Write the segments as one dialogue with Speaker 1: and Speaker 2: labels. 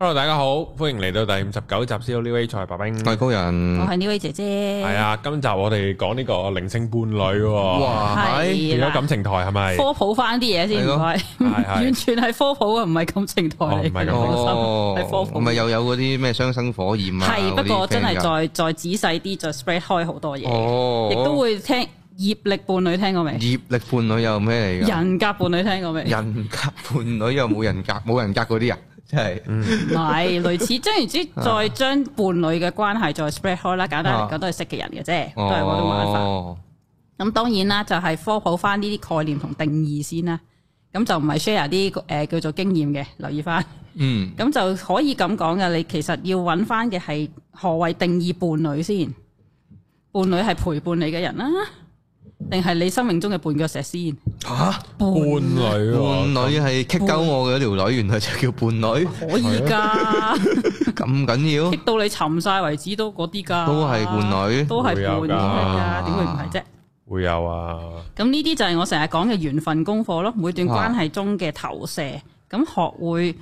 Speaker 1: Hello，大家好，歡迎嚟到第五十九集《C.O. New A 賽白冰》。
Speaker 2: 外高人
Speaker 3: 我，係呢位姐姐，
Speaker 1: 嗯係，啊，今集我哋講呢個靈性伴侶喎，
Speaker 2: 哇，係
Speaker 1: 變
Speaker 3: 係
Speaker 1: 咗
Speaker 3: 啦
Speaker 1: 感，情台係咪？
Speaker 3: 科普翻啲嘢先，
Speaker 2: 係咯
Speaker 3: 唔係，
Speaker 1: 係係
Speaker 3: 完全係科普啊，唔係感情台
Speaker 1: 哦唔係
Speaker 3: 嚟嘅，
Speaker 1: 咁
Speaker 3: 我
Speaker 2: 哦
Speaker 3: 心係科，普，
Speaker 2: 咪又有嗰啲咩雙生火焰啊，
Speaker 3: 係
Speaker 2: 嗰啲
Speaker 3: 不過真
Speaker 2: friend
Speaker 3: 係
Speaker 2: 㗎
Speaker 3: 再再仔細啲，再 spread 開好多嘢，亦
Speaker 2: 哦，
Speaker 3: 都會聽業力伴侶聽過未？
Speaker 2: 業力伴侶又咩嚟㗎？
Speaker 3: 人格伴侶聽過未？
Speaker 2: 人格伴侶又冇 人格，冇人格嗰啲啊，真係
Speaker 3: 唔係類似，將然之
Speaker 2: 啊
Speaker 3: 再將伴侶嘅關係再 spread 開啦，簡單嚟講都係識嘅人嘅啫，都係嗰種玩法。
Speaker 2: 哦，
Speaker 3: 咁當然啦，就係科普翻呢啲概念同定義先啦。咁就唔係 share 啲誒、呃叫做經驗嘅，留意翻。
Speaker 2: 嗯，
Speaker 3: 咁就可以咁講嘅，你其實要揾翻嘅係何謂定義伴侶先？伴侶係陪伴你嘅人啦、定係你生命中嘅絆腳石先？
Speaker 2: 吓，
Speaker 1: 伴侶
Speaker 2: 伴
Speaker 1: 喎，
Speaker 2: 侶係棘鳩我嘅條女，原來就叫伴侶，
Speaker 3: 可以㗎，
Speaker 2: 咁緊要
Speaker 3: 激到你沉晒為止都嗰啲㗎，
Speaker 2: 都係伴侶
Speaker 3: 都係
Speaker 1: 會有
Speaker 3: 伴侶
Speaker 1: 㗎
Speaker 3: 㗎，點會唔係啫？
Speaker 1: 會有啊，
Speaker 3: 咁呢啲就係我成日講嘅緣分功課咯，每段關係中嘅投射，咁學會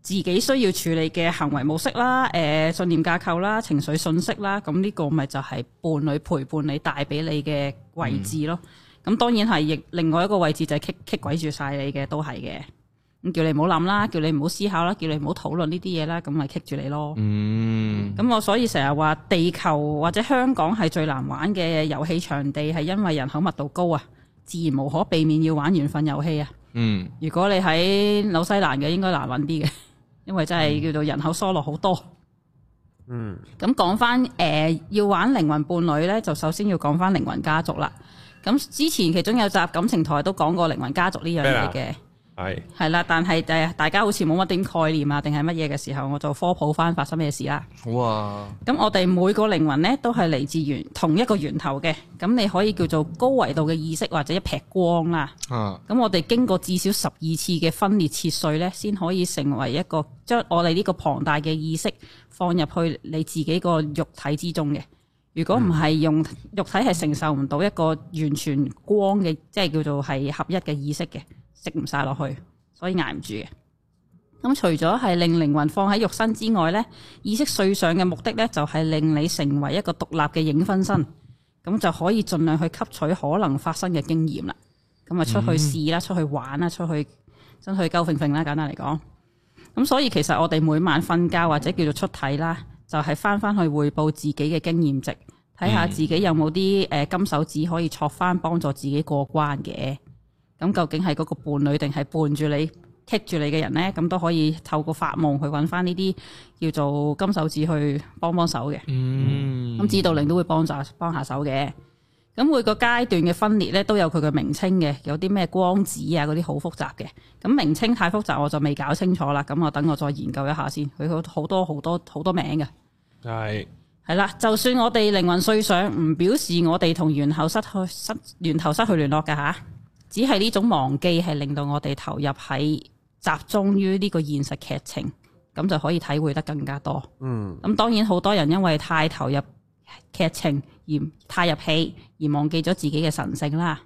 Speaker 3: 自己需要處理嘅行為模式啦、誒、信念架構啦、情緒信息啦，咁呢個咪就係伴侶陪伴你帶俾你嘅位置咯。咁、當然係亦另外一個位置就係棘棘鬼住晒你嘅都係嘅，咁叫你唔好諗啦，叫你唔好思考啦，叫你唔好討論呢啲嘢啦，咁咪棘住你咯。
Speaker 2: 嗯，
Speaker 3: 咁我所以成日話地球或者香港係最難玩嘅遊戲場地，係因為人口密度高啊，自然無可避免要玩緣分遊戲啊。
Speaker 2: 嗯，
Speaker 3: 如果你喺紐西蘭嘅，應該難揾啲嘅，因為真係叫做人口疏落好多。
Speaker 1: 嗯，
Speaker 3: 咁講翻誒，要玩靈魂伴侶呢，就首先要講翻靈魂家族啦。咁之前其中有集感情台都講過靈魂家族呢樣
Speaker 1: 咩啊
Speaker 3: 嘢嘅。
Speaker 1: 係
Speaker 3: 係啦，但係誒，大家好似冇乜點概念啊，定係乜嘢嘅時候，我就科普翻發生咩事啦。
Speaker 2: 哇，
Speaker 3: 咁我哋每個靈魂咧都係嚟自源同一個源頭嘅，咁你可以叫做高維度嘅意識或者一劈光啦。
Speaker 2: 啊，
Speaker 3: 咁我哋經過至少十二次嘅分裂切碎咧，先可以成為一個將我哋呢個龐大嘅意識放入去你自己個肉體之中嘅。如果唔係用肉體係承受唔到一個完全光嘅，即係叫做係合一嘅意識嘅，食唔晒落去，所以捱唔住嘅。咁除咗係令靈魂放喺肉身之外咧，意識碎上嘅目的咧就係令你成為一個獨立嘅影分身，咁就可以盡量去吸取可能發生嘅經驗啦。咁啊出去試啦，出去玩啦，出去真去鳩揈揈啦，簡單嚟講。咁所以其實我哋每晚瞓覺或者叫做出體啦，就係翻翻去匯報自己嘅經驗值，睇下自己有冇啲誒金手指可以戳翻幫助自己過關嘅。咁究竟係嗰個伴侶定係伴住你棘住你嘅人呢？咁都可以透過發夢去揾翻呢啲叫做金手指去幫幫手嘅。
Speaker 2: 嗯，
Speaker 3: 咁指導令都會幫助幫下手嘅。咁每個階段嘅分裂咧都有佢嘅名稱嘅，有啲咩光子啊嗰啲好複雜嘅。咁名稱太複雜我就未搞清楚啦，咁我等我再研究一下先。佢好好多好多好多名嘅。
Speaker 1: 係
Speaker 3: 係啦，就算我哋靈魂碎上，唔表示我哋同源頭失去失源頭失去聯絡嘅吓，只係呢種忘記係令到我哋投入喺集中於呢個現實劇情，咁就可以體會得更加多。
Speaker 1: 嗯，
Speaker 3: 咁當然好多人因為太投入劇情而太入戲，而忘記咗自己嘅神性啦。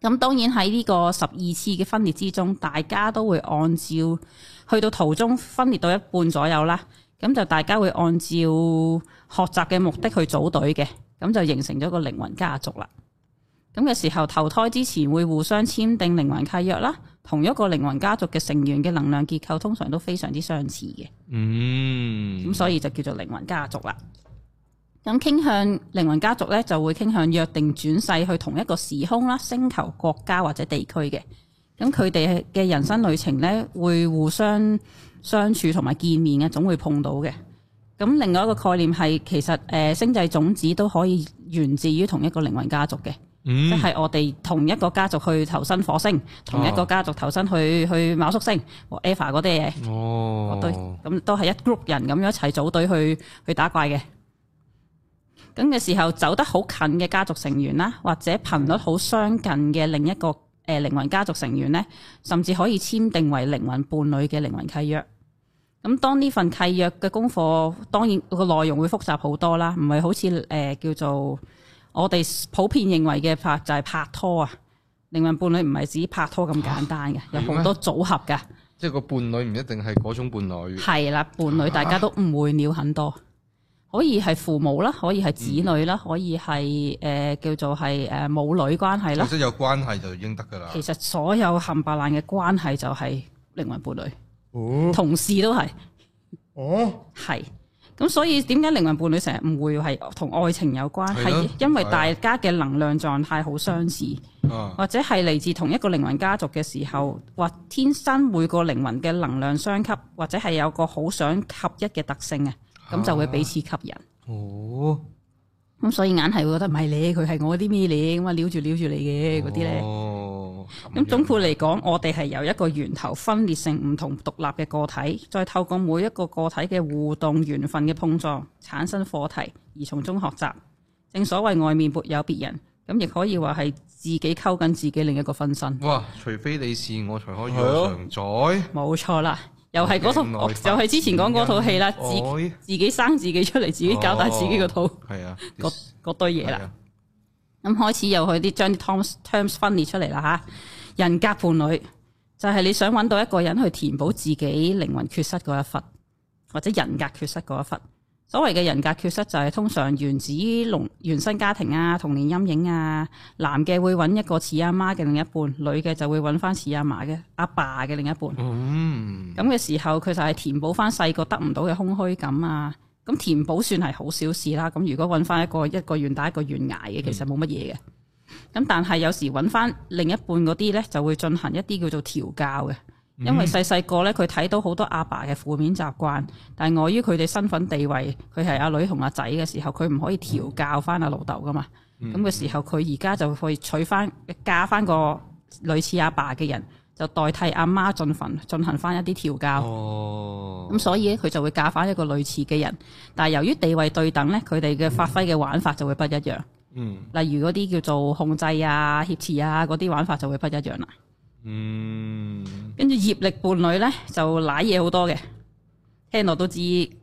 Speaker 3: 咁當然喺呢個十二次嘅分裂之中，大家都會按照去到途中分裂到一半左右啦，咁就大家會按照學習嘅目的去組隊嘅，咁就形成咗個靈魂家族啦。咁嘅時候，投胎之前會互相簽訂靈魂契約啦。同一個靈魂家族嘅成員嘅能量結構通常都非常之相似嘅。
Speaker 2: 嗯
Speaker 3: 咁，所以就叫做靈魂家族啦。咁傾向靈魂家族咧，就會傾向約定轉世去同一個時空啦、星球、國家或者地區嘅。咁佢哋嘅人生旅程咧，會互相相處同埋見面嘅，總會碰到嘅。咁另外一個概念係，其實誒、呃星際種子都可以源自於同一個靈魂家族嘅。
Speaker 2: 嗯
Speaker 3: 即，係我哋同一個家族去投身火星，同一個家族投身去去昴宿星和 a l p h a 嗰啲嘢。
Speaker 2: 哦，
Speaker 3: 對，咁都係一 group 人咁樣一齊組隊去去打怪嘅。咁嘅時候走得好近嘅家族成員啦，或者頻率好相近嘅另一個誒、呃、靈魂家族成員呢，甚至可以簽訂為靈魂伴侶嘅靈魂契約。咁當呢份契約嘅功課，當然個內容會複雜好多啦，唔係好似誒、呃叫做我哋普遍認為嘅拍就係拍拖啊，靈魂伴侶唔係指拍拖咁簡單嘅，有
Speaker 2: 係咩
Speaker 3: 好多組合㗎。
Speaker 2: 即即係個伴侶唔一定係嗰種伴侶。
Speaker 3: 係啦，伴侶大家都誤會了很多，可以係父母啦，可以係子女
Speaker 2: 嗯
Speaker 3: 啦，可以係诶、呃叫做係诶母女關係啦
Speaker 2: 本。身有關係就已經得㗎啦
Speaker 3: 其。實所有冚白爛嘅關係就係靈魂伴侶，
Speaker 1: 哦
Speaker 3: 同事都係
Speaker 1: 哦，
Speaker 3: 係。咁所以點解靈魂伴侶成日誤會係同愛情有關？
Speaker 2: 係咯
Speaker 3: 係因為
Speaker 2: 係啊
Speaker 3: 大家嘅能量狀態好相似。
Speaker 2: 啊，
Speaker 3: 或者係嚟自同一個靈魂家族嘅時候，或天生每個靈魂嘅能量相吸，或者係有個好想合一嘅特性啊，咁就會彼此吸引。
Speaker 2: 哦，
Speaker 3: 咁所以硬係會覺得唔係你，佢係我啲咩你咁啊，撩住撩住你嘅嗰啲咧。
Speaker 2: 哦，咁
Speaker 3: 咁總
Speaker 2: 樣
Speaker 3: 括嚟講，我哋係由一個源頭分裂成唔同獨立嘅個體，再透過每一個個體嘅互動、緣分嘅碰撞，產生課題，而從中學習。正所謂外面沒有別人，咁亦可以話係自己溝緊自己另一個分身。
Speaker 2: 哇，除非你是我，才可以
Speaker 1: 係咯
Speaker 2: 我常在。
Speaker 3: 冇錯啦，又係 嗰套，
Speaker 2: 內
Speaker 3: 我
Speaker 2: 發
Speaker 3: 又係之前講嗰套戲啦，自
Speaker 2: 愛
Speaker 3: 自己生自己出嚟，自己搞大自己個肚
Speaker 2: 係啊，
Speaker 3: 嗰嗰堆嘢
Speaker 2: 哦係
Speaker 3: 啦。
Speaker 2: 啊。
Speaker 3: 咁開始又去啲將啲 terms terms 分裂出嚟啦吓，人格伴侶就係你想揾到一個人去填補自己靈魂缺失嗰一忽，或者人格缺失嗰一忽。所謂嘅人格缺失就係通常原子龍原生家庭啊、童年陰影啊，男嘅會揾一個似阿媽嘅另一半，女嘅就會揾翻似阿嫲嘅阿爸嘅另一半。
Speaker 2: 嗯，
Speaker 3: 咁嘅時候，佢就係填補翻細個得唔到嘅空虛感啊。咁填補算係好小事啦。咁如果揾翻一個一個願打一個願挨嘅，其實冇乜嘢嘅。咁、但係有時揾翻另一半嗰啲呢，就會進行一啲叫做調教嘅。因為細細個呢，佢睇到好多阿爸嘅負面習慣，但係礙於佢哋身份地位，佢係阿女同阿仔嘅時候，佢唔可以調教翻阿老豆噶嘛。咁嘅、時候，佢而家就去娶翻嫁翻個類似阿爸嘅人，就代替阿媽進行進行翻一啲調教。
Speaker 2: 哦，
Speaker 3: 咁所以咧，佢就會嫁翻一個類似嘅人，但係由於地位對等咧，佢哋嘅發揮嘅玩法就會不一樣。
Speaker 2: 嗯
Speaker 3: 例如嗰啲叫做控制啊、挟持啊嗰啲玩法就會不一樣啦。
Speaker 2: 嗯，
Speaker 3: 跟住業力伴侶咧就舐嘢好多嘅，聽落都知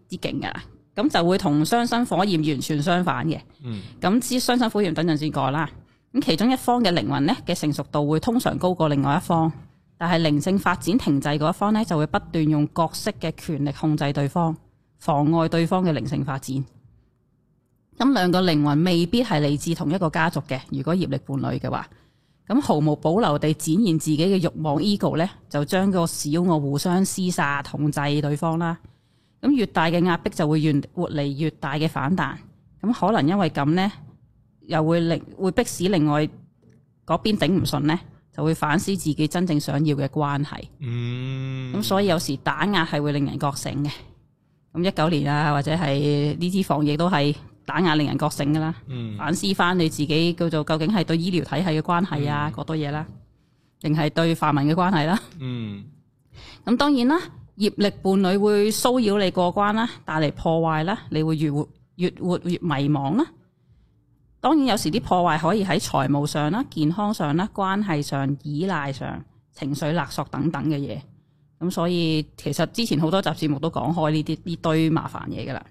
Speaker 3: 知勁噶啦。咁就會同雙生火焰完全相反嘅。
Speaker 2: 嗯
Speaker 3: 咁之雙生火焰等陣先講啦。咁其中一方嘅靈魂咧嘅成熟度會通常高過另外一方，但係靈性發展停滯嗰一方咧就會不斷用角色嘅權力控制對方，妨礙對方嘅靈性發展。咁兩個靈魂未必係嚟自同一個家族嘅，如果業力伴侶嘅話，咁毫無保留地展現自己嘅慾望 ego 咧，就將個小我互相厮殺、控制對方啦。咁越大嘅壓迫就會越活嚟越大嘅反彈。咁可能因為咁呢，又會令會迫使另外嗰邊頂唔順呢，就會反思自己真正想要嘅關係。
Speaker 2: 嗯，
Speaker 3: 咁所以有時打壓係會令人覺醒嘅。咁一九年啊，或者係呢支防疫都係打壓令人覺醒噶啦。
Speaker 2: 嗯
Speaker 3: 反思翻你自己叫做究竟係對醫療體系嘅關係啊，嗰多嘢啦，定係對泛民嘅關係啦。
Speaker 2: 嗯
Speaker 3: 咁當然啦，業力伴侶會騷擾你過關啦，帶嚟破壞啦，你會越活越活越迷茫啦。當然有時啲破壞可以喺財務上啦、健康上啦、關係上、依賴上、情緒勒索等等嘅嘢。咁所以其實之前好多集節目都講開呢啲呢堆麻煩嘢噶啦。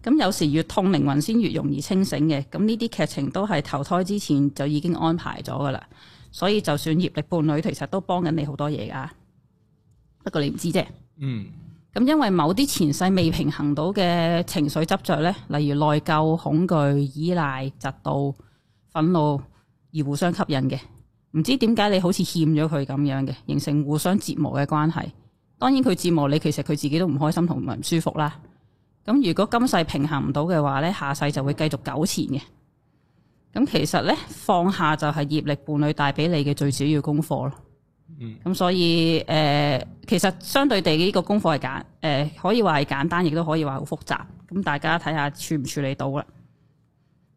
Speaker 3: 咁有時越痛靈魂先越容易清醒嘅，咁呢啲劇情都係投胎之前就已經安排咗噶啦。所以就算業力伴侶，其實都幫緊你好多嘢噶，不過你唔知啫。
Speaker 2: 嗯
Speaker 3: 咁因為某啲前世未平衡到嘅情緒執着咧，例如內疚、恐懼、依賴、嫉妒、憤怒而互相吸引嘅，唔知點解你好似欠咗佢咁樣嘅，形成互相折磨嘅關係。當然佢折磨你，其實佢自己都唔開心同埋唔舒服啦。咁如果今世平衡唔到嘅話咧，下世就會繼續糾纏嘅。咁其實咧，放下就係業力伴侶帶俾你嘅最主要功課咯。咁所以誒、呃其實相對地呢個功課係簡誒、呃可以話係簡單，亦都可以話好複雜。咁大家睇下處唔處理到啦。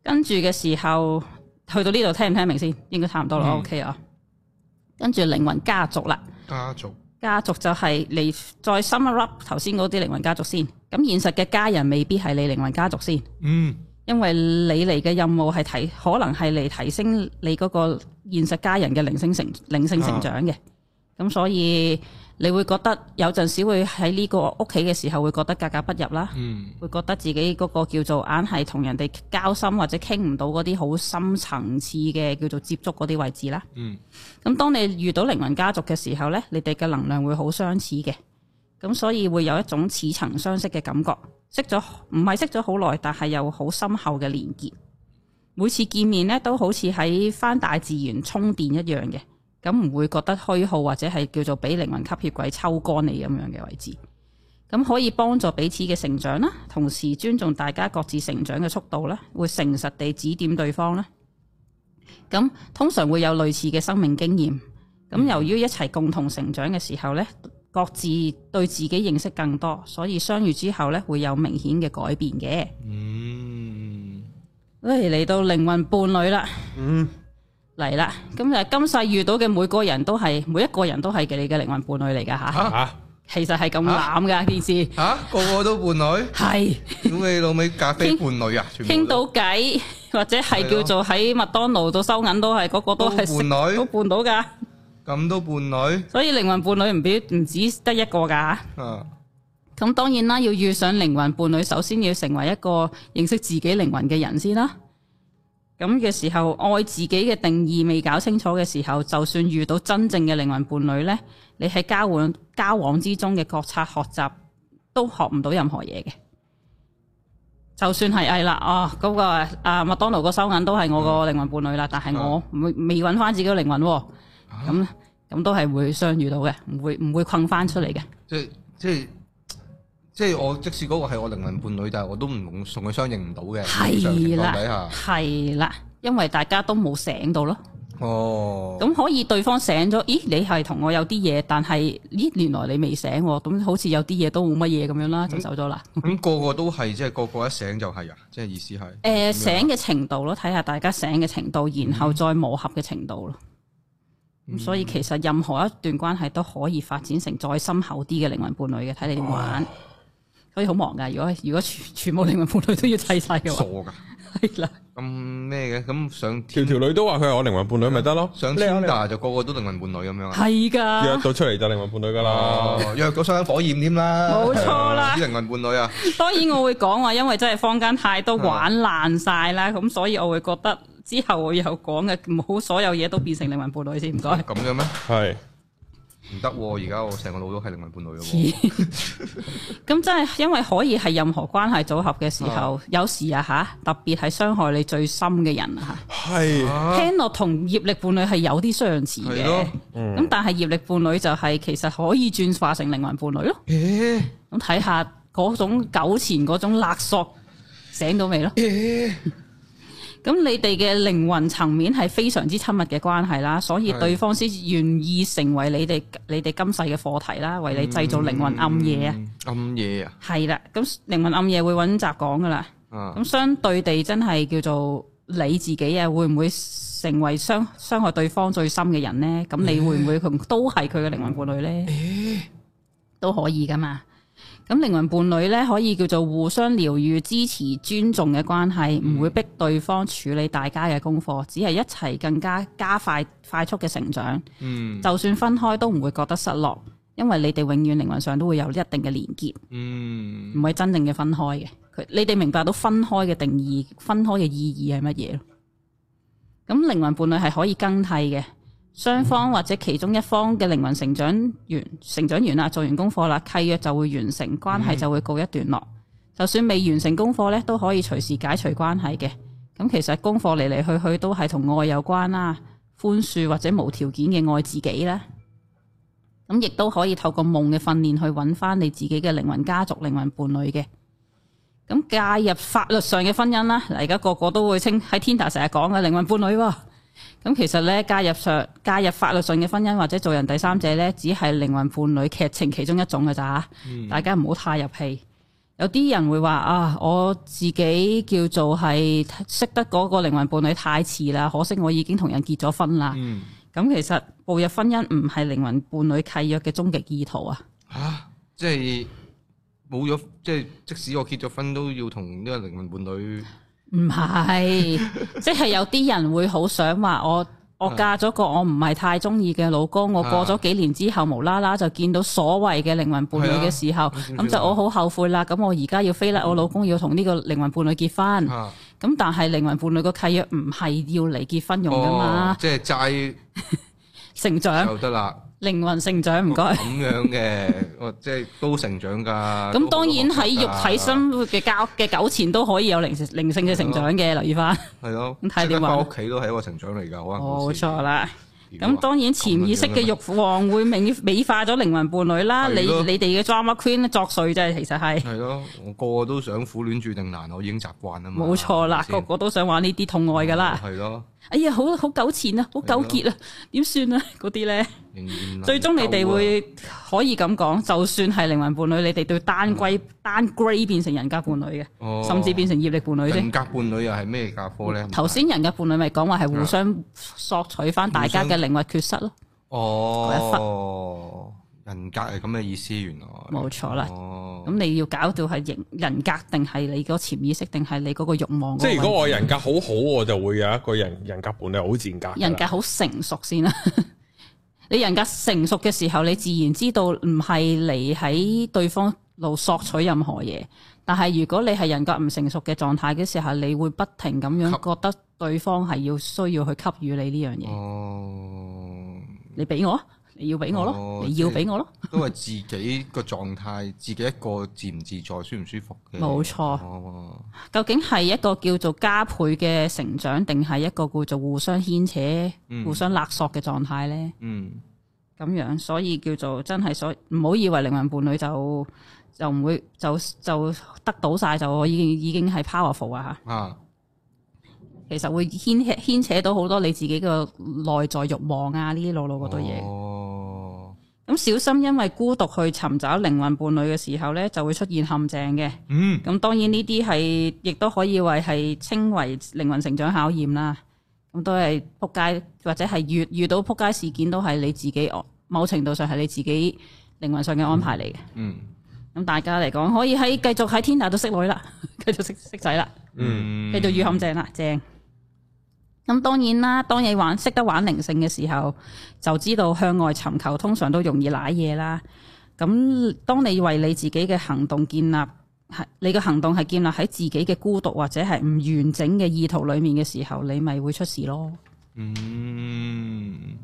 Speaker 3: 跟住嘅時候，去到呢度聽唔聽明先？應該差唔多啦、
Speaker 2: 嗯
Speaker 3: o k 啊。跟住靈魂家族啦，
Speaker 2: 家族
Speaker 3: 家族就係你再 sum up 頭先嗰啲靈魂家族先。咁現實嘅家人未必係你靈魂家族先。
Speaker 2: 嗯
Speaker 3: 因為你嚟嘅任務係提，可能係嚟提升你嗰個現實家人嘅靈性成靈性成長嘅，咁、所以你會覺得有陣時會喺呢個屋企嘅時候會覺得格格不入啦，
Speaker 2: 嗯
Speaker 3: 會覺得自己嗰個叫做硬係同人哋交心或者傾唔到嗰啲好深層次嘅叫做接觸嗰啲位置啦。
Speaker 2: 嗯
Speaker 3: 咁當你遇到靈魂家族嘅時候呢，你哋嘅能量會好相似嘅，咁所以會有一種似曾相識嘅感覺。識咗唔係識咗好耐，但係又好深厚嘅連結。每次見面呢，都好似喺翻大自然充電一樣嘅，咁唔會覺得虛耗或者係叫做俾靈魂吸血鬼抽乾你咁樣嘅位置。咁可以幫助彼此嘅成長啦，同時尊重大家各自成長嘅速度啦，會誠實地指點對方啦。咁通常會有類似嘅生命經驗。咁由於一齊共同成長嘅時候呢，各自對自己認識更多，所以相遇之後呢，會有明顯嘅改變嘅。
Speaker 2: 嗯，
Speaker 3: 喂，嚟到靈魂伴侶啦，嗯，嚟啦。咁就今世遇到嘅每個人都係每一個人都係嘅你嘅靈魂伴侶嚟㗎吓，
Speaker 1: 吓，
Speaker 3: 其實係咁濫㗎件事，
Speaker 2: 吓個個都伴侶，
Speaker 3: 係
Speaker 2: 屌你老味咖啡
Speaker 3: 傾
Speaker 2: 伴侶啊，全部
Speaker 3: 傾
Speaker 2: 都
Speaker 3: 到偈或者係
Speaker 2: 係
Speaker 3: 叫
Speaker 2: 咯
Speaker 3: 做喺麥當勞度收銀都係嗰個都係
Speaker 2: 都
Speaker 3: 食
Speaker 2: 伴侶
Speaker 3: 都伴到㗎。
Speaker 2: 咁都伴侶
Speaker 3: 所以靈魂伴侶唔表唔止得一個㗎。
Speaker 2: 啊，
Speaker 3: 咁當然啦，要遇上靈魂伴侶，首先要成為一個認識自己靈魂嘅人先啦。咁嘅時候，愛自己嘅定義未搞清楚嘅時候，就算遇到真正嘅靈魂伴侶呢，你喺交往交往之中嘅覺察學習，都學唔到任何嘢嘅。就算係係啦，哦，嗰、個啊麥當勞個收銀都係我個靈魂伴侶啦，但係我未未揾翻自己個靈魂喎，咁咁都係會相遇到嘅，唔會唔會困翻出嚟嘅。
Speaker 2: 即係即係即係我即使嗰個係我靈魂伴侶，但係我都唔同同佢相認唔到嘅，正常情況
Speaker 3: 係啦
Speaker 2: 底下，，
Speaker 3: 係啦，因為大家都冇醒到咯。
Speaker 2: 哦，
Speaker 3: 咁可以對方醒咗，咦？你係同我有啲嘢，但係咦，原來你未醒喎，咁好似有啲嘢都冇乜嘢咁樣
Speaker 2: 嗯
Speaker 3: 啦，就走咗啦。
Speaker 2: 咁個個都係即係個個一醒就係啊，即係意思係
Speaker 3: 誒、醒嘅程度咯，睇下大家醒嘅程度，
Speaker 2: 嗯
Speaker 3: 然後再磨合嘅程度咯。咁、所以其實任何一段關係都可以發展成再深厚啲嘅靈魂伴侶嘅，睇你點玩。所以好忙噶，如果如果全全部靈魂伴侶都要砌晒嘅
Speaker 2: 傻
Speaker 3: 話，
Speaker 2: 㗎，
Speaker 3: 係啦，
Speaker 2: 咁咩嘅？咁上
Speaker 1: 条
Speaker 2: 天
Speaker 1: 条女都話佢係我靈魂伴侶咪得咯，
Speaker 2: 上
Speaker 1: 叻啊叻
Speaker 2: 天
Speaker 1: 啊
Speaker 2: 大就個個都靈魂伴侶咁樣啊，
Speaker 3: 係
Speaker 1: 約
Speaker 3: 噶，
Speaker 1: 到出嚟就靈魂伴侶噶啦。
Speaker 2: 哦，約咗雙火焰添啦，
Speaker 3: 冇錯啦
Speaker 2: 啲靈魂伴侶啊，
Speaker 3: 當然我會講話，因為真係坊間太多玩爛晒啦，咁所以我會覺得之後我有講嘅，唔好所有嘢都變成靈魂伴侶先，唔該。
Speaker 2: 咁樣咩？
Speaker 1: 係
Speaker 2: 唔得喎，而家我成個腦都係靈魂伴侶嘅喎。
Speaker 3: 咁真係因為可以係任何關係組合嘅時候，
Speaker 2: 哦
Speaker 3: 有時啊吓，特別係傷害你最深嘅人啊
Speaker 1: 係
Speaker 3: 吓，
Speaker 2: 啊
Speaker 3: 聽落同業力伴侶係有啲相似嘅，
Speaker 2: 係咯嗯
Speaker 3: 咁、但係業力伴侶就係其實可以轉化成靈魂伴侶咯，
Speaker 2: 咦
Speaker 3: 咁睇下嗰種糾纏嗰種勒索醒到未咯？
Speaker 2: 咦
Speaker 3: 咁你哋嘅靈魂層面係非常之親密嘅關係啦，所以
Speaker 2: 係
Speaker 3: 對方先願意成為你哋你哋今世嘅課題啦，為你製造 靈魂暗夜啊，
Speaker 2: 嗯暗夜啊，
Speaker 3: 係啦、咁靈魂暗夜會揾集講噶啦，
Speaker 2: 啊
Speaker 3: 咁相對地真係叫做你自己啊，會唔會成為傷傷害對方最深嘅人呢？咁你會唔會同都係佢嘅靈魂伴侶呢？都可以噶嘛。咁靈魂伴侶咧，可以叫做互相療愈、支持、尊重嘅關係，唔會逼對方處理大家嘅功課，只係一齊更加加快快速嘅成長。
Speaker 2: 嗯
Speaker 3: 就算分開都唔會覺得失落，因為你哋永遠靈魂上都會有一定嘅連結，
Speaker 2: 嗯
Speaker 3: 唔係真正嘅分開嘅。佢你哋明白到分開嘅定義、分開嘅意義係乜嘢咯？咁靈魂伴侶係可以更替嘅，雙方或者其中一方嘅靈魂成長完成長完啦，做完功課啦，契約就會完成，關係就會告一段落。就算未完成功課咧，都可以隨時解除關係嘅。咁其實功課嚟嚟去去都係同愛有關啦，寬恕或者無條件嘅愛自己啦。咁亦都可以透過夢嘅訓練去揾翻你自己嘅靈魂家族、靈魂伴侶嘅。咁介入法律上嘅婚姻啦，嗱而家個個都會稱喺 Tinder 成日講嘅靈魂伴侶喎。咁其實咧，介入上介入法律上嘅婚姻或者做人第三者咧，只係靈魂伴侶劇情其中一種嘅咋，大家唔好太入戲。有啲人會話啊，我自己叫做係識得嗰個靈魂伴侶太遲啦，可惜我已經同人結咗婚啦。
Speaker 2: 嗯
Speaker 3: 咁其實步入婚姻唔係靈魂伴侶契約嘅終極意圖啊，
Speaker 2: 啊，即係冇咗，即係即使我結咗婚都要同呢個靈魂伴侶
Speaker 3: 唔係，即係有啲人會好想話我
Speaker 2: 啊
Speaker 3: 我嫁咗個我唔係太中意嘅老公，我過咗幾年之後無啦啦就見到所謂嘅靈魂伴侶嘅時候，
Speaker 2: 係啊
Speaker 3: 咁就我好後悔啦。咁我而家要飛啦，我老公要同呢個靈魂伴侶結婚。
Speaker 2: 啊
Speaker 3: 咁但係靈魂伴侶個契約唔係要嚟結婚用噶
Speaker 2: 哦
Speaker 3: 嘛，，
Speaker 2: 即係齋
Speaker 3: 成長
Speaker 2: 就得啦。
Speaker 3: 靈魂成長唔該。
Speaker 2: 咁樣嘅， 我即係都成長㗎。
Speaker 3: 咁當然喺
Speaker 2: 都
Speaker 3: 肉
Speaker 2: 好多學習㗎
Speaker 3: 體生活嘅交嘅糾纏都可以有靈靈性嘅成長嘅，留意翻。
Speaker 2: 係咯，啊
Speaker 3: 咁睇你
Speaker 2: 即刻
Speaker 3: 玩
Speaker 2: 翻屋企都係一個成長嚟㗎，啊可能嗰
Speaker 3: 冇
Speaker 2: 時
Speaker 3: 錯。啦。
Speaker 2: 如果
Speaker 3: 咁當然潛意識嘅慾望會美美化咗靈魂伴侶啦。你
Speaker 2: 係咯
Speaker 3: 你哋嘅 drama queen 作祟啫，其實係
Speaker 2: 係咯，我個個都想苦戀注定難，我已經習慣啊嘛。
Speaker 3: 冇錯啦，
Speaker 2: 係咪
Speaker 3: 個
Speaker 2: 先
Speaker 3: 個都想玩呢啲痛愛噶啦。
Speaker 2: 係咯，
Speaker 3: 哎呀，好好糾纏啊，好糾結啊，點算啊？嗰啲呢，
Speaker 2: 仍然
Speaker 3: 最終你
Speaker 2: 能
Speaker 3: 哋
Speaker 2: 夠啊
Speaker 3: 會可以咁講，就算係靈魂伴侶，你哋對單歸單 grade 變成人格伴侶
Speaker 2: 嗯哦
Speaker 3: 嘅，甚至變成業力伴侶啫。
Speaker 2: 人格伴侶又係咩架科咧？
Speaker 3: 頭先人嘅伴侶咪講話係
Speaker 1: 啊
Speaker 3: 互相索取翻大家嘅靈魂缺失咯，
Speaker 2: 哦，人格係咁嘅意思，原來
Speaker 3: 冇錯啦
Speaker 2: 哦
Speaker 3: 咁你要搞到係人人格定係你個潛意識定係你嗰個慾望嗰
Speaker 1: 即
Speaker 3: 個位？
Speaker 1: 係如果我人格好好，我就會有一個人人格伴侶好賤格㗎啦。
Speaker 3: 人格好成熟先啦， 你人格成熟嘅時候，你自然知道唔係嚟喺對方度索取任何嘢。但係如果你係人格唔成熟嘅狀態嘅時候，你會不停咁樣
Speaker 2: 吸
Speaker 3: 覺得對方係要需要去給予你呢樣嘢，
Speaker 2: 哦，
Speaker 3: 你俾我，啊你要俾我
Speaker 2: 哦
Speaker 3: 咯，你要俾我咯。
Speaker 2: 都係自己個狀態， 自己一個自唔自在、舒唔舒服嘅。
Speaker 3: 冇錯
Speaker 2: 哦
Speaker 3: 究竟係一個叫做加倍嘅成長，定係一個叫做互相牽扯、
Speaker 2: 嗯
Speaker 3: 互相勒索嘅狀態呢？
Speaker 2: 嗯，
Speaker 3: 咁樣，所以叫做真係所唔好以為靈魂伴侶就就唔會就就得到晒就我已經已經係 powerful 啊
Speaker 2: 啊，
Speaker 3: 嚇，其實會牽扯牽扯到好多你自己嘅內在慾望啊呢啲老老嗰堆嘢。
Speaker 2: 哦，
Speaker 3: 咁小心因為孤獨去尋找靈魂伴侶嘅時候呢，就會出現陷阱嘅。
Speaker 2: 嗯，
Speaker 3: 咁當然呢啲係亦都可以為係稱為靈魂成長考驗啦。咁都係撲街，或者係遇遇到撲街事件都係你自己安，某程度上係你自己靈魂上嘅安排嚟嘅。
Speaker 2: 嗯，
Speaker 3: 咁大家嚟講，可以喺繼續喺天大度識女啦， 繼續識識仔啦，
Speaker 2: 嗯
Speaker 3: 繼續遇陷阱啦，正。咁當然啦，當你玩識得玩靈性嘅時候，就知道向外尋求通常都容易舐嘢啦。咁當你為你自己嘅行動建立，係你嘅行動係建立喺自己嘅孤獨或者係唔完整嘅意圖裡面嘅時候，你咪會出事咯。
Speaker 2: 嗯，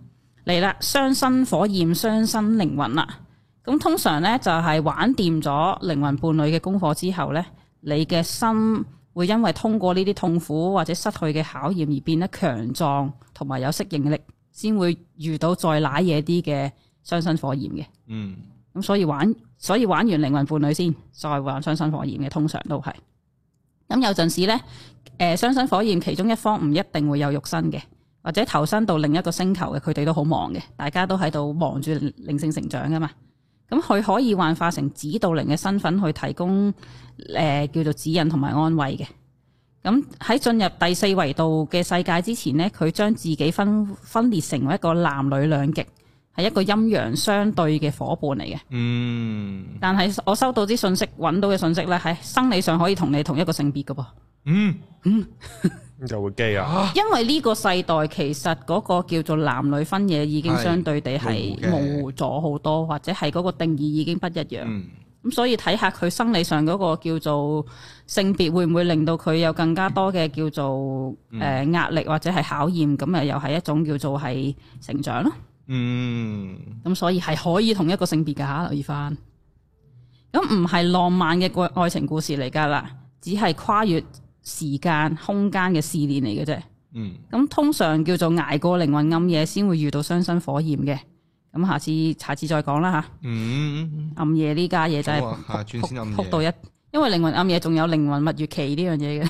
Speaker 3: 嚟啦，雙生火焰，雙生靈魂啦。咁通常呢，就係、玩掂咗靈魂伴侶嘅功課之後呢，你嘅心會因為通過呢啲痛苦或者失去嘅考驗而變得強壯，同埋有適應力，先會遇到再舐嘢啲嘅雙生火焰嘅。
Speaker 2: 嗯，
Speaker 3: 咁所以玩，所以玩完靈魂伴侶先，再玩雙生火焰嘅，通常都係。咁有陣時呢，誒、呃雙生火焰其中一方唔一定會有肉身嘅，或者投身到另一個星球嘅，佢哋都好忙嘅，大家都喺度忙住靈性成長噶嘛。咁佢可以幻化成指導靈嘅身份去提供誒、呃叫做指引同埋安慰嘅。咁喺進入第四維度嘅世界之前呢，佢將自己分分裂成為一個男女兩極，係一個陰陽相對嘅伙伴嚟嘅。
Speaker 2: 嗯，
Speaker 3: 但係我收到啲信息，揾到嘅信息咧，喺生理上可以同你同一個性別嘅噃。
Speaker 2: 嗯，
Speaker 1: 咁就會基啊。
Speaker 3: 因為呢個世代其實嗰個叫做男女分野已經
Speaker 2: 係
Speaker 3: 相對地係
Speaker 2: 模
Speaker 3: 模
Speaker 2: 糊
Speaker 3: 糊咗好多，或者係嗰個定義已經不一樣。咁、
Speaker 2: 嗯，
Speaker 3: 所以睇下佢生理上嗰個叫做性別會唔會令到佢有更加多嘅叫做
Speaker 2: 嗯
Speaker 3: 誒壓力或者係考驗，咁啊又係一種叫做係成長咯。
Speaker 2: 嗯，
Speaker 3: 咁所以係可以同一個性別嘅嚇，留意翻。咁唔係浪漫嘅愛愛情故事嚟㗎啦，只係跨越時間空間嘅試煉嚟嘅啫。
Speaker 2: 嗯，
Speaker 3: 咁通常叫做捱過靈魂暗夜先會遇到雙生火焰嘅。咁下次下次再講啦嚇，
Speaker 2: 嗯，
Speaker 3: 暗夜呢家嘢真
Speaker 2: 好
Speaker 3: 係
Speaker 2: 啊下轉先暗夜
Speaker 3: 撲到一，因為靈魂暗夜仲有靈魂蜜月期呢 樣嘢嘅，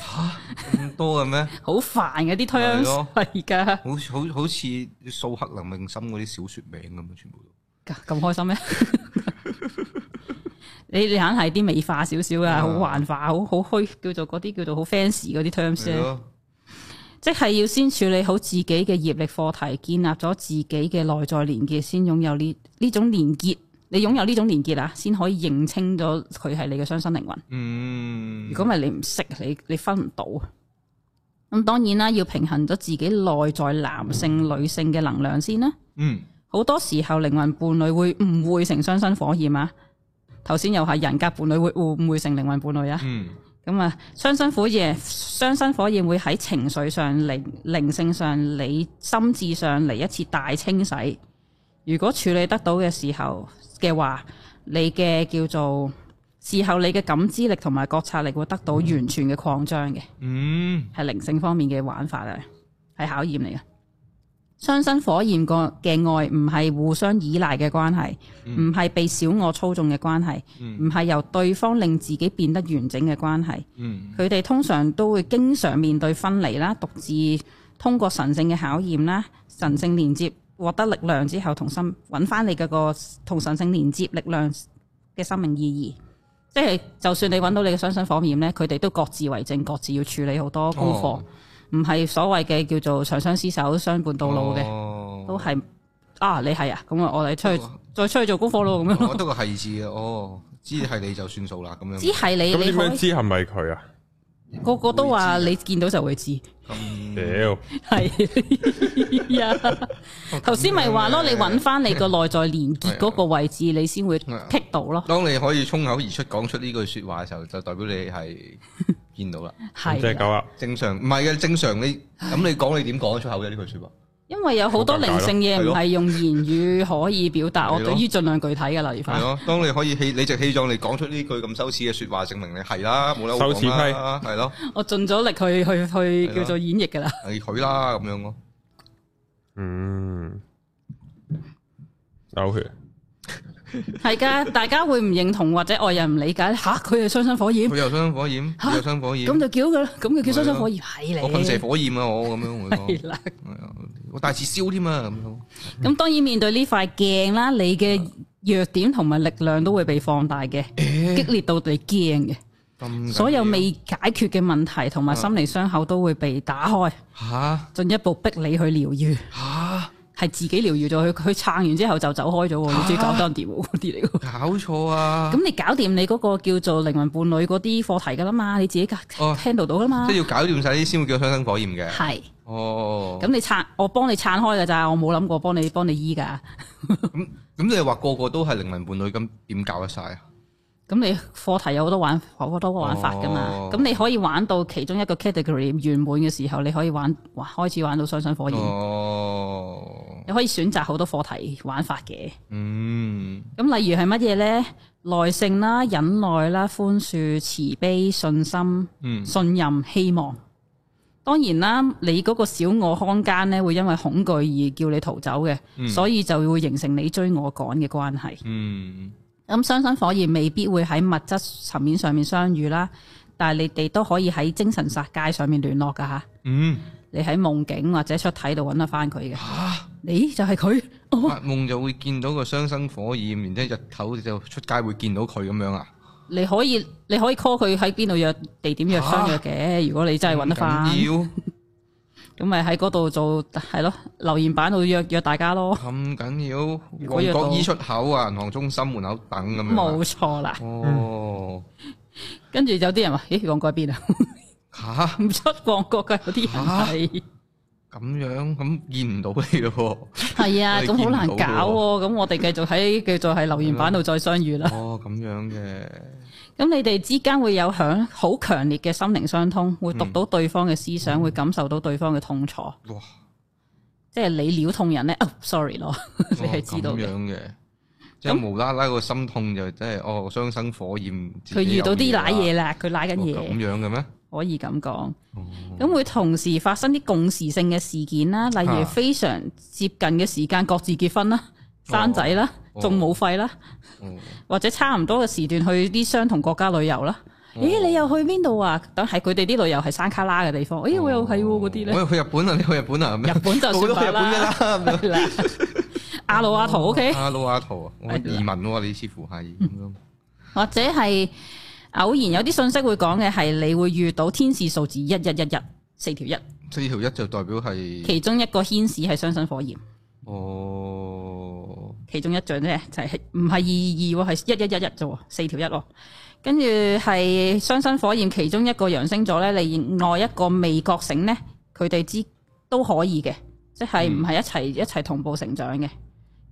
Speaker 2: 咁多嘅咩？
Speaker 3: 好煩嘅啲
Speaker 2: 係咯
Speaker 3: terms 係㗎，
Speaker 2: 好似好好似掃黑林永森嗰啲小說名咁啊，全部都
Speaker 3: 咁開心咩？ 你你硬係啲美化少少啊，好幻化，好好虛，叫做嗰啲叫做好 fans 嗰啲 terms
Speaker 2: 係
Speaker 3: 咧，
Speaker 2: 咯，
Speaker 3: 即係要先處理好自己嘅業力課題，建立咗自己嘅內在連結，先擁有呢呢種連結。你擁有呢種連結啊，先可以認清咗佢係你嘅雙生靈魂。
Speaker 2: 嗯，
Speaker 3: 如果唔係你唔識，你你分唔到。啊咁當然啦，要平衡咗自己內在男性、女性嘅能量先啦。
Speaker 2: 嗯，
Speaker 3: 好多時候靈魂伴侶會誤會成雙生火焰啊！頭先又係人格伴侶會誤會成靈魂伴侶啊！
Speaker 2: 嗯，
Speaker 3: 咁啊，雙生火焰，雙生火焰會喺情緒上、靈靈性上、你心智上嚟一次大清洗。如果處理得到嘅時候嘅話，你嘅叫做事後你嘅感知力同埋覺察力會得到完全嘅擴張嘅。
Speaker 2: 嗯，
Speaker 3: 係靈性方面嘅玩法啊，係考驗嚟嘅。雙生火焰個嘅愛唔係互相依賴嘅關係，唔係被小我操縱嘅關係，唔係由對方令自己變得完整嘅關係。
Speaker 2: 嗯，
Speaker 3: 佢哋通常都會經常面對分離啦，獨自通過神聖嘅考驗啦，神聖連接獲得力量之後，同心揾翻你嘅個同神聖連接力量嘅生命意義。即係就算你揾到你嘅雙生火焰呢，佢哋都各自為政，各自要處理好多功課
Speaker 2: 哦，
Speaker 3: 唔係、所謂嘅叫做長相廝守、相伴到老嘅，
Speaker 2: 哦
Speaker 3: 都係啊你係啊，咁啊我哋出去
Speaker 1: 哦
Speaker 3: 再出去做功課咯咁樣
Speaker 2: 我
Speaker 3: 咯。
Speaker 2: 得個係字嘅，哦，知係你就算數啦，咁
Speaker 3: 只
Speaker 2: 樣
Speaker 3: 係你
Speaker 1: 咁
Speaker 3: 你
Speaker 1: 點
Speaker 3: 可
Speaker 1: 樣知係咪佢啊？
Speaker 3: 以個個都話你見到就會知。
Speaker 2: 啊咁
Speaker 1: 屌，
Speaker 3: 系
Speaker 2: 哦
Speaker 3: 啊，頭先咪話咯，你揾翻你個內在連結嗰個位置，你先會
Speaker 2: 啊
Speaker 3: 剔到咯。
Speaker 2: 當你可以衝口而出講出呢句说話嘅時候，就代表你 係見到啦。
Speaker 1: 咁即係
Speaker 3: 係啊，
Speaker 1: 狗啦，
Speaker 2: 正常唔係嘅，正常你 咁你講你點講得出口嘅呢句说話？
Speaker 3: 因為有好多靈性嘢唔係用言語可以表達，
Speaker 2: 係咯
Speaker 3: 我對於盡量具體㗎啦，而
Speaker 2: 係
Speaker 3: 家
Speaker 2: 咯，當你可以氣理直氣壯，你講出呢句咁羞恥嘅说話，證明你係啦，冇得好講啦，係咯，
Speaker 3: 我盡咗力去去去
Speaker 2: 係咯
Speaker 3: 叫做演繹㗎啦。
Speaker 2: 係佢啦咁樣咯。
Speaker 1: 嗯，嘔血，
Speaker 3: 係㗎，大家會唔認同或者外人唔理解吓，佢係雙生火焰，
Speaker 2: 佢又雙火焰，
Speaker 3: 嚇
Speaker 2: 佢又雙火焰，
Speaker 3: 咁就叫佢啦，咁就叫雙生火焰係
Speaker 2: 我噴射
Speaker 3: 你。
Speaker 2: 火焰啊！我咁樣會講，
Speaker 3: 係啦，
Speaker 2: 係啊我大字燒添啊！咁樣
Speaker 3: 咁當然面對呢塊鏡啦，你嘅弱點同埋力量都會被放大嘅，激烈到你驚嘅。
Speaker 2: 咁緊
Speaker 3: 所有
Speaker 2: 要啊
Speaker 3: 未解決嘅問題同埋心理傷口都會被打開，
Speaker 2: 吓
Speaker 3: 進一步逼你去療愈，
Speaker 2: 吓
Speaker 3: 係自己療愈咗佢，佢撐完之後就走開咗喎，你自己搞得掂喎 嗰啲嚟喎。
Speaker 2: 搞錯啊！
Speaker 3: 咁你搞掂你嗰個叫做靈魂伴侶嗰啲課題㗎啦嘛，你自己搞
Speaker 2: 哦
Speaker 3: handle 到㗎嘛
Speaker 2: 即係，要搞掂晒啲先會叫雙生火焰嘅。
Speaker 3: 係。
Speaker 2: 哦，
Speaker 3: 咁你撐，我幫你撐開㗎咋，我冇諗過幫你幫你醫㗎。
Speaker 2: 咁咁你話個個都係靈魂伴侶，咁點搞得晒啊？
Speaker 3: 咁你課題有好多玩好多個玩法㗎嘛
Speaker 2: 哦，
Speaker 3: 咁你可以玩到其中一個 category 完滿嘅時候，你可以玩哇開始玩到雙生火焰，
Speaker 2: 哦，
Speaker 3: 你可以選擇好多課題玩法嘅。
Speaker 2: 嗯，
Speaker 3: 咁例如係乜嘢呢？耐性啦、忍耐啦、寬恕、慈悲、信心、
Speaker 2: 嗯
Speaker 3: 信任、希望。當然啦，你嗰個小我空間咧，會因為恐懼而叫你逃走嘅，所以就會形成你追我趕嘅關係。
Speaker 2: 嗯，
Speaker 3: 咁雙生火焰未必會喺物質層面上面相遇啦，但係你哋都可以喺精神殺界上面聯絡噶吓。
Speaker 2: 嗯，
Speaker 3: 你喺夢境或者出體度揾得翻佢嘅，
Speaker 2: 吓
Speaker 3: 你就係佢。哦
Speaker 2: 發夢就會見到個雙生火焰，然之後日頭就出街會見到佢咁樣啊？
Speaker 3: 你可以你可以 call 佢喺邊度約地點約相約嘅，如果你真係揾得翻，
Speaker 2: 咁緊要。
Speaker 3: 咁咪喺嗰度做係咯，留言板度約約大家咯，
Speaker 2: 咁緊要，
Speaker 3: 哦果約
Speaker 2: 旺
Speaker 3: 到
Speaker 2: 角醫出口啊，銀行中心門口等咁樣。啊
Speaker 3: 冇。錯啦。
Speaker 2: 哦，
Speaker 3: 跟住有啲人話：咦，旺角喺邊啊？
Speaker 2: 吓
Speaker 3: 唔出旺角嘅有啲人係
Speaker 2: 咁樣咁見唔到你咯
Speaker 3: 係啊，
Speaker 2: 我哋
Speaker 3: 咁好
Speaker 2: 見唔
Speaker 3: 難
Speaker 2: 到
Speaker 3: 搞喎。咁我哋繼續喺繼續喺留言板度再相遇啦
Speaker 2: 喎。。哦，咁樣嘅，
Speaker 3: 咁你哋之間會有響好強烈嘅心靈相通，會讀
Speaker 2: 嗯
Speaker 3: 到對方嘅思想，會感受到對方嘅痛楚。
Speaker 2: 哇，
Speaker 3: 即係你料痛人咧，哦，sorry 咯， 你係知道
Speaker 2: 哦咁
Speaker 3: 嘅。
Speaker 2: 樣嘅，即係無啦啦個心痛就真係哦，雙生火焰。
Speaker 3: 佢遇到啲瀨嘢啦，佢瀨緊
Speaker 2: 自己有嘢啦
Speaker 3: 嘢。
Speaker 2: 啊哦咁樣嘅咩？
Speaker 3: 可以咁講，
Speaker 2: 哦
Speaker 3: 咁會同時發生啲共時性嘅事件啦，例如
Speaker 2: 啊
Speaker 3: 非常接近嘅時間各自結婚啦、生仔啦、
Speaker 2: 哦
Speaker 3: 仲冇費啦，
Speaker 2: 哦
Speaker 3: 或者差唔多嘅時段去啲相同國家旅遊啦。
Speaker 2: 哦
Speaker 3: 咦，你又去邊度啊？等係佢哋啲旅遊係山卡拉嘅地方，
Speaker 2: 哦
Speaker 3: 咦，我又係喎嗰啲咧，
Speaker 2: 我去日本啊， 你去日本啊？咁樣
Speaker 3: 日本就
Speaker 2: 我都
Speaker 3: 算
Speaker 2: 去日
Speaker 3: 罷
Speaker 2: 本㗎
Speaker 3: 啦
Speaker 2: 啦， 咁樣
Speaker 3: 係啦，阿魯阿圖 OK，
Speaker 2: 阿老阿圖啊，我
Speaker 3: 係啦
Speaker 2: 移民喎，你似乎係咁樣。
Speaker 3: 或者係偶然有啲信息會講嘅係你會遇到天使數字一一一一四條一，
Speaker 2: 四條一就代表係
Speaker 3: 其中一個牽使係雙生火焰。
Speaker 2: 哦，
Speaker 3: 其中一象啫，就係唔係二二喎，係一一一一啫喎，四條一喎。跟住係雙生火焰，其中一個揚升咗咧，另外一個未覺醒咧，佢哋之都可以嘅，即係
Speaker 1: 嗯
Speaker 3: 唔係一齊一齊同步成長嘅。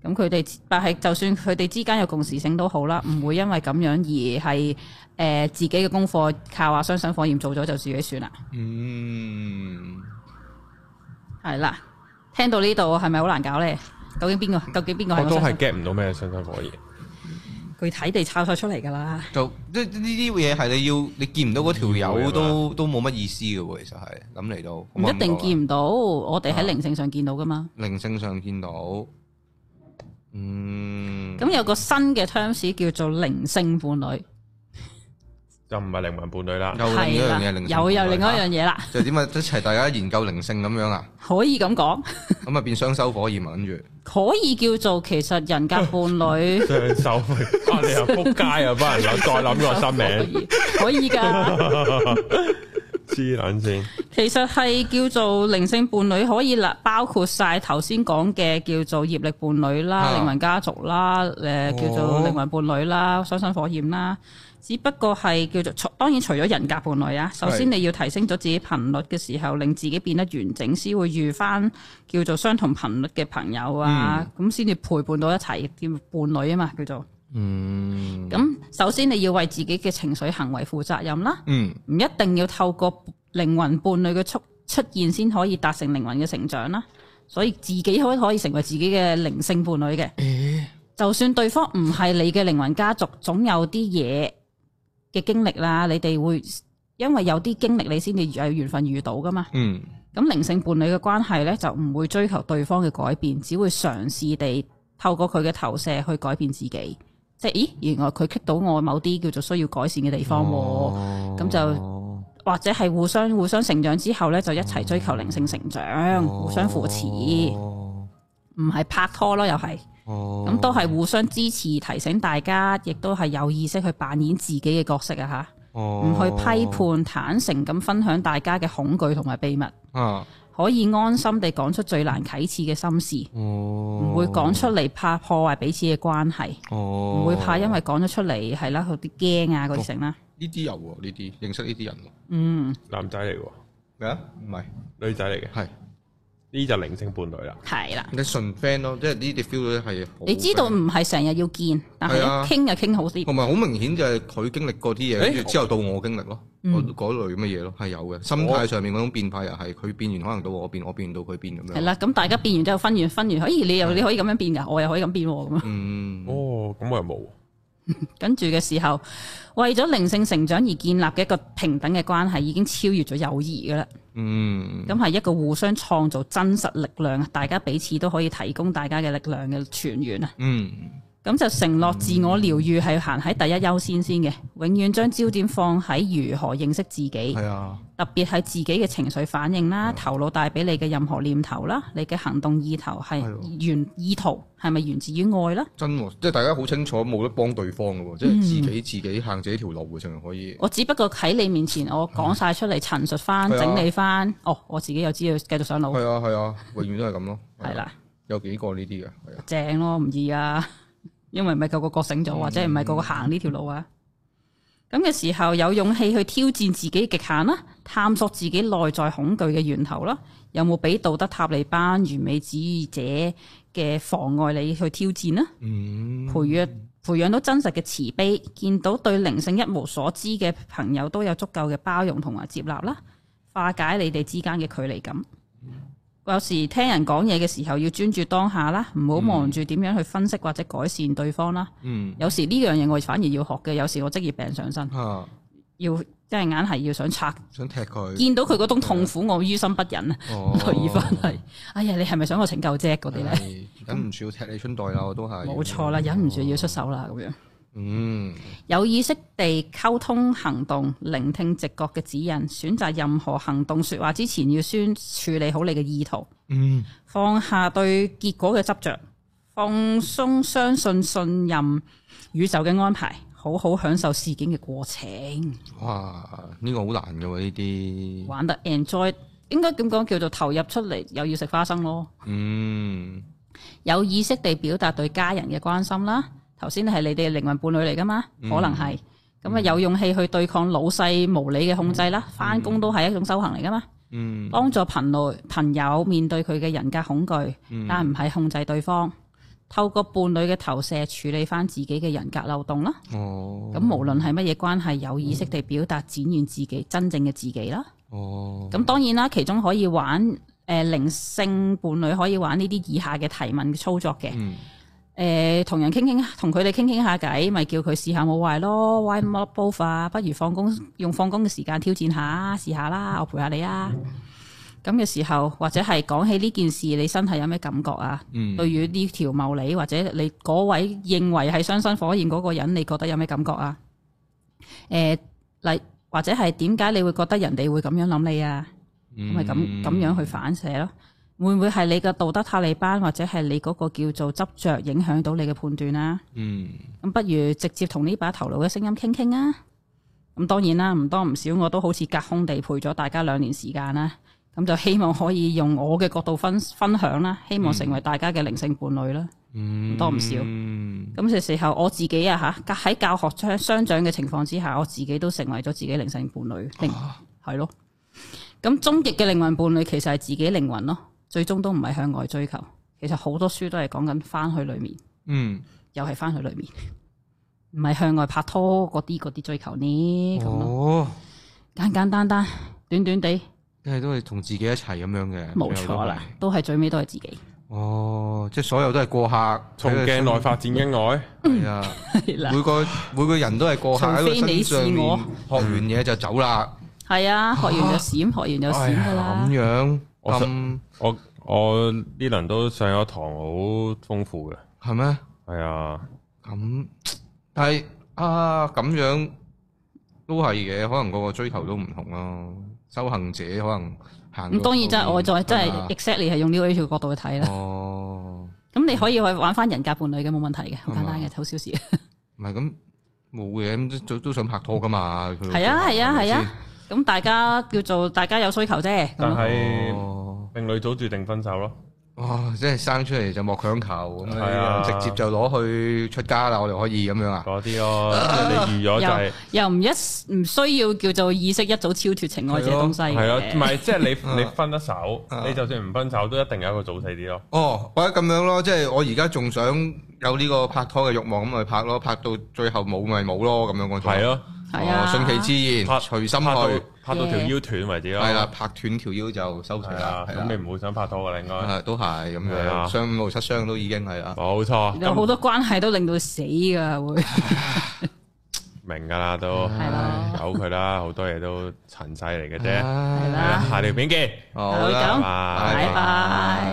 Speaker 3: 咁佢哋之，但係就算佢哋之間有共時性都好啦，唔會因為咁樣而係誒、呃自己嘅功課靠話雙生火焰做咗就自己算啦。
Speaker 2: 嗯，
Speaker 3: 係啦，聽到呢度係咪好難搞咧？究竟邊個？究竟邊個係
Speaker 1: 我
Speaker 3: 我
Speaker 1: 都
Speaker 3: 雙
Speaker 1: 係
Speaker 3: 生
Speaker 1: get 唔到咩雙生火焰。
Speaker 3: 具體地抄晒出嚟㗎啦。
Speaker 2: 就即係呢啲嘢係你要你見唔到嗰條
Speaker 1: 要嘅
Speaker 2: 友
Speaker 1: 嘛
Speaker 2: 都都冇乜意思嘅喎，其實係咁嚟到，啊
Speaker 3: 唔一定見唔到，我哋喺靈性上見到噶嘛。
Speaker 2: 見，靈性上見到，嗯，
Speaker 3: 咁有個新嘅 terms 叫做靈性伴侶，
Speaker 1: 就唔係靈魂伴侶啦。
Speaker 2: 又另一樣嘢，靈性
Speaker 3: 又
Speaker 2: 伴
Speaker 3: 有
Speaker 2: 侶啊
Speaker 3: 另外一樣嘢啦，
Speaker 2: 就點啊？一齊大家研究靈性咁樣啊？
Speaker 3: 可以咁講，
Speaker 2: 咁啊變雙修火焰啊，跟住
Speaker 3: 可以叫做其實人格伴 侶
Speaker 1: 雙手，啊你又仆街啊！班人諗再諗個 新名，
Speaker 3: 可以㗎。
Speaker 1: 黐撚線。
Speaker 3: 其實係叫做靈性伴侶可以啦，包括晒頭先講嘅叫做業力伴侶啦、
Speaker 2: 啊哦
Speaker 3: 靈魂家族啦、誒、叫做靈魂伴侶啦、雙生火焰啦。只不過係叫做除，當然除咗人格伴侶啊，首先
Speaker 2: 係
Speaker 3: 你要提升咗自己頻率嘅時候，令自己變得完整，先會遇翻叫做相同頻率嘅朋友啊，咁先至陪伴到一齊叫伴侶啊嘛，叫做。
Speaker 2: 嗯
Speaker 3: 咁首先你要為自己嘅情緒行為負責任啦。
Speaker 2: 嗯
Speaker 3: 唔一定要透過靈魂伴侶嘅出出現先可以達成靈魂嘅成長啦。所以自己可可以成為自己嘅靈性伴侶嘅。就算對方唔係你嘅靈魂家族，總有啲嘢嘅經歷啦，你哋會因為有啲經歷你先至有緣分遇到噶嘛。
Speaker 2: 嗯
Speaker 3: 咁靈性伴侶嘅關係呢，就唔會追求對方嘅改變，只會嘗試地透過佢嘅投射去改變自己。即係咦，原來佢棘到我某啲叫做需要改善嘅地方喎。哦咁就
Speaker 2: 哦
Speaker 3: 或者係互相互相成長之後咧，就一齊追求靈性成長，
Speaker 2: 哦
Speaker 3: 互相扶持，唔係拍拖咯，又係
Speaker 2: 哦
Speaker 3: 咁都係互相支持，提醒大家，亦都係有意識去扮演自己嘅角色啊吓，
Speaker 2: 哦
Speaker 3: 唔去批判，坦誠咁分享大家嘅恐懼同埋秘密，
Speaker 2: 啊
Speaker 3: 可以安心地講出最難啟齒嘅心
Speaker 2: 哦
Speaker 3: 事，唔
Speaker 2: 唔
Speaker 3: 會講出嚟怕破壞彼此嘅關係，
Speaker 2: 哦
Speaker 3: 唔會怕因為講咗出嚟係啦，有啲驚啊嗰啲成啦，
Speaker 2: 呢啲有喎，呢啲認識呢啲人喎。
Speaker 3: 嗯，
Speaker 1: 男仔嚟喎，
Speaker 2: 咩啊？唔係，
Speaker 1: 女仔嚟嘅，
Speaker 2: 係
Speaker 1: 呢就靈性伴侶啦。
Speaker 3: 係啦。
Speaker 2: 你純 friend 咯，即係呢啲 feel 到係好
Speaker 3: 你知道
Speaker 2: friend
Speaker 3: 唔係成日要見，但係
Speaker 2: 係啊
Speaker 3: 一傾就傾好啲。
Speaker 2: 同埋好明顯就係佢經歷過啲嘢，
Speaker 1: 誒
Speaker 2: 跟住之後到我經歷咯，
Speaker 3: 嗯
Speaker 2: 嗰嗰類咁嘅嘢咯，係有嘅。心態上面嗰種變化又係佢變完可能到我變，我變到佢變咁
Speaker 3: 係
Speaker 2: 樣。
Speaker 3: 啦，咁大
Speaker 2: 嗯
Speaker 3: 家變完之後分完，分完，咦，你又你可以咁樣變㗎，我又可以咁變喎，咁樣
Speaker 2: 嗯，
Speaker 1: 哦，咁我又冇。
Speaker 3: 跟住嘅時候，為咗靈性成長而建立嘅一個平等嘅關係，已經超越咗友誼㗎啦。
Speaker 2: 嗯，
Speaker 3: 咁係一個互相創造真實力量，啊大家彼此都可以提供大家嘅力量嘅泉源啊！
Speaker 2: 嗯，
Speaker 3: 咁就承諾自我療愈係行喺第一優先先嘅，永遠將焦點放喺如何認識自己。
Speaker 2: 係嗯啊，
Speaker 3: 特別係自己嘅情緒反應啦，頭腦帶俾你嘅任何念頭啦，你嘅行動意頭係
Speaker 2: 係喎
Speaker 3: 源意圖係咪源自於愛啦？
Speaker 2: 真喎，即係大家好清楚冇得幫對方嘅喎，
Speaker 3: 嗯
Speaker 2: 即係自己自己行自己條路嘅，淨係可以。
Speaker 3: 我只不過喺你面前，我講晒出嚟，陳述翻、
Speaker 2: 嗯係啊
Speaker 3: 整理翻。哦，我自己又知道繼續上路，
Speaker 2: 係啊係啊，永遠都係咁咯。
Speaker 3: 係啦，
Speaker 2: 有幾個呢啲嘅，係啊。
Speaker 3: 正咯，唔易啊， 因為唔係個個覺醒
Speaker 2: 嗯
Speaker 3: 咗，或者唔係個個行呢條路啊。咁嘅時候有勇氣去挑戰自己極限啦，探索自己內在恐懼嘅源頭啦，有冇俾道德塔利班、完美主義者嘅妨礙你去挑戰呢？
Speaker 2: 嗯，
Speaker 3: 培育培養到真實嘅慈悲，見到對靈性一無所知嘅朋友都有足夠嘅包容同埋接納啦，化解你哋之間嘅距離感。
Speaker 2: 嗯
Speaker 3: 有時聽人講嘢嘅時候要專注當下啦，唔好忙住點樣去分析或者改善對方啦。
Speaker 2: 嗯，
Speaker 3: 有時呢樣嘢我反而要學嘅，有時我職業病上身，
Speaker 2: 嚇，
Speaker 3: 要即係硬係要想拆，
Speaker 2: 想踢佢。
Speaker 3: 見到佢嗰種痛苦，我於心不忍啊，
Speaker 2: 嗯 哦
Speaker 3: 退翻嚟。哎呀，你係咪想我拯救啫？嗰啲呢？
Speaker 2: 係忍唔住要踢你春袋啦，我都係。
Speaker 3: 冇錯啦，忍唔住要出手啦咁樣。
Speaker 2: 嗯，
Speaker 3: 有意識地溝通行動，聆聽直覺嘅指引，選擇任何行動說話之前，要先處理好你嘅意圖，
Speaker 2: 嗯，
Speaker 3: 放下對結果嘅執着，放鬆相信信任宇宙嘅安排，好好享受事件嘅過程，
Speaker 2: 哇，呢個好難嘅喎，呢啲。
Speaker 3: 玩得 enjoy，應該點講叫做投入出嚟，又要食花生咯。
Speaker 2: 嗯，
Speaker 3: 有意識地表達對家人嘅關心啦。頭先係你哋嘅靈魂伴侶嚟噶嘛，
Speaker 2: 嗯
Speaker 3: 可能係咁啊，有勇氣去對抗老細無理嘅控制啦。翻工都係一種修行嚟噶嘛，
Speaker 2: 嗯
Speaker 3: 幫助朋類朋友面對佢嘅人格恐懼，
Speaker 2: 嗯
Speaker 3: 但唔係控制對方。透過伴侶嘅投射處理翻自己嘅人格漏洞啦。
Speaker 2: 哦
Speaker 3: 咁無論係乜嘢關係，有意識地表達展現自己真正嘅自己啦。
Speaker 2: 哦
Speaker 3: 咁當然啦，其中可以玩誒、呃、靈性伴侶可以玩呢啲以下嘅提問操作嘅。誒、
Speaker 2: 嗯
Speaker 3: 呃同人傾傾，同佢哋傾傾下偈，咪叫佢試下冇壞咯。Why not both 啊？不如放工用放工嘅時間挑戰下，試下啦，我陪下你啊。咁嘅時候，或者係講起呢件事，你身體有咩感覺啊？
Speaker 2: 嗯
Speaker 3: 對於呢條茂利，或者你嗰位認為係雙生火焰嗰個人，你覺得有咩感覺啊？誒、例或者係點解你會覺得人哋會咁樣諗你啊？咁咪
Speaker 2: 嗯
Speaker 3: 咁咁樣去反射咯。會唔會係你嘅道德塔利班，或者係你嗰個叫做執着影響到你嘅判斷啊？
Speaker 2: 嗯
Speaker 3: 咁不如直接同呢把頭腦嘅聲音傾傾啊！咁當然啦，唔多唔少，我都好似隔空地陪咗大家兩年時間啦。咁就希望可以用我嘅角度分分享啦，希望成為大家嘅靈性伴侶啦。
Speaker 2: 嗯
Speaker 3: 多唔少
Speaker 2: 嗯
Speaker 3: 咁嘅時候，我自己啊吓，喺教學相相長嘅情況之下，我自己都成為咗自己靈性伴侶，靈
Speaker 2: 啊
Speaker 3: 係咯。咁終極嘅靈魂伴侶其實係自己靈魂咯，最終都唔係向外追求。其實好多書都係講緊翻去裡面。
Speaker 2: 嗯
Speaker 3: 又係翻去裏面，唔係向外拍拖嗰啲嗰啲追求呢咁咯，
Speaker 2: 哦，
Speaker 3: 簡簡單單、短短地，
Speaker 2: 即係都係同自己一齊咁樣嘅，
Speaker 3: 冇
Speaker 2: 最後都
Speaker 3: 錯
Speaker 2: 係
Speaker 3: 啦，都係最尾都係自 己，
Speaker 2: 哦，即係所有都係過客，
Speaker 1: 從鏡內發展境外，
Speaker 2: 係啊，
Speaker 3: 係啦，
Speaker 2: 每個每個人都係過客喺
Speaker 3: 除非
Speaker 2: 個身
Speaker 3: 你
Speaker 2: 上
Speaker 3: 是我
Speaker 2: 面學完嘢就走啦，
Speaker 3: 係啊，學完就閃，學完就
Speaker 2: 哎
Speaker 3: 閃
Speaker 2: 呀
Speaker 3: 噶啦
Speaker 2: 咁，樣
Speaker 1: 我想
Speaker 2: 咁
Speaker 1: 我我呢輪都上咗堂，好豐富嘅。
Speaker 2: 係咩？
Speaker 1: 係啊，
Speaker 2: 咁，但係啊，咁樣都係嘅，可能個個追求都唔同咯。修行者可能行
Speaker 3: 咁當然真係外在，真係
Speaker 2: 係
Speaker 3: exactly 係用呢個 H 角度去睇啦。
Speaker 2: 哦，
Speaker 3: 咁你可以去玩翻人格伴侶嘅，冇問題嘅，好
Speaker 1: 嗯
Speaker 3: 簡單嘅，好小事。
Speaker 2: 唔係咁冇嘅，咁都都想拍拖噶嘛。佢
Speaker 3: 係啊係啊
Speaker 2: 係咪
Speaker 3: 係
Speaker 2: 先
Speaker 3: 啊，咁大家叫做大家有需求啫，咁
Speaker 1: 但
Speaker 3: 咯
Speaker 1: 係
Speaker 2: 哦，
Speaker 1: 定女早注定分手咯。
Speaker 2: 哇！即係生出嚟就莫強求咁
Speaker 1: 係啊
Speaker 2: 樣，直接就攞去出家啦，我哋可以咁樣啊。
Speaker 1: 嗰啲咯，即係你預咗就係
Speaker 3: 又唔一唔需要叫做意識一早超脱情愛這東西
Speaker 1: 係咯，唔
Speaker 3: 嘅，
Speaker 1: 係即係 你你分得手，
Speaker 2: 啊
Speaker 1: 你就算唔分手都一定有一個早死啲咯。
Speaker 2: 哦，或者咁樣咯，即係我而家仲想有呢個拍拖嘅慾望，咁咪拍咯，拍到最後冇咪冇咯，咁樣嗰種。
Speaker 1: 係咯，
Speaker 3: 係
Speaker 2: 哦
Speaker 3: 啊，
Speaker 2: 順其自然，
Speaker 1: 拍
Speaker 2: 隨心
Speaker 1: 拍到
Speaker 2: 去，
Speaker 1: 拍到條腰斷為止咯。
Speaker 2: 係啦，，拍斷條腰就收皮
Speaker 1: 係
Speaker 2: 啦
Speaker 1: 啊，，
Speaker 2: 係
Speaker 1: 咁你
Speaker 2: 啦，
Speaker 1: 唔會想拍拖㗎啦，應該。
Speaker 2: 啊都係咁
Speaker 1: 係啊
Speaker 2: 樣，傷五路七傷都已經係啦，
Speaker 1: 冇錯，
Speaker 3: 有好
Speaker 1: 咁
Speaker 3: 多關係都令到死噶會。
Speaker 1: 明㗎啦都，
Speaker 3: 係咯
Speaker 1: 由佢啦，好多嘢都塵世嚟嘅啫。啊
Speaker 2: 係
Speaker 1: 係
Speaker 3: 係啦
Speaker 1: 啦下條片見，
Speaker 2: 好
Speaker 3: 係咁
Speaker 2: 啦，
Speaker 1: 拜
Speaker 3: 拜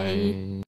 Speaker 3: 拜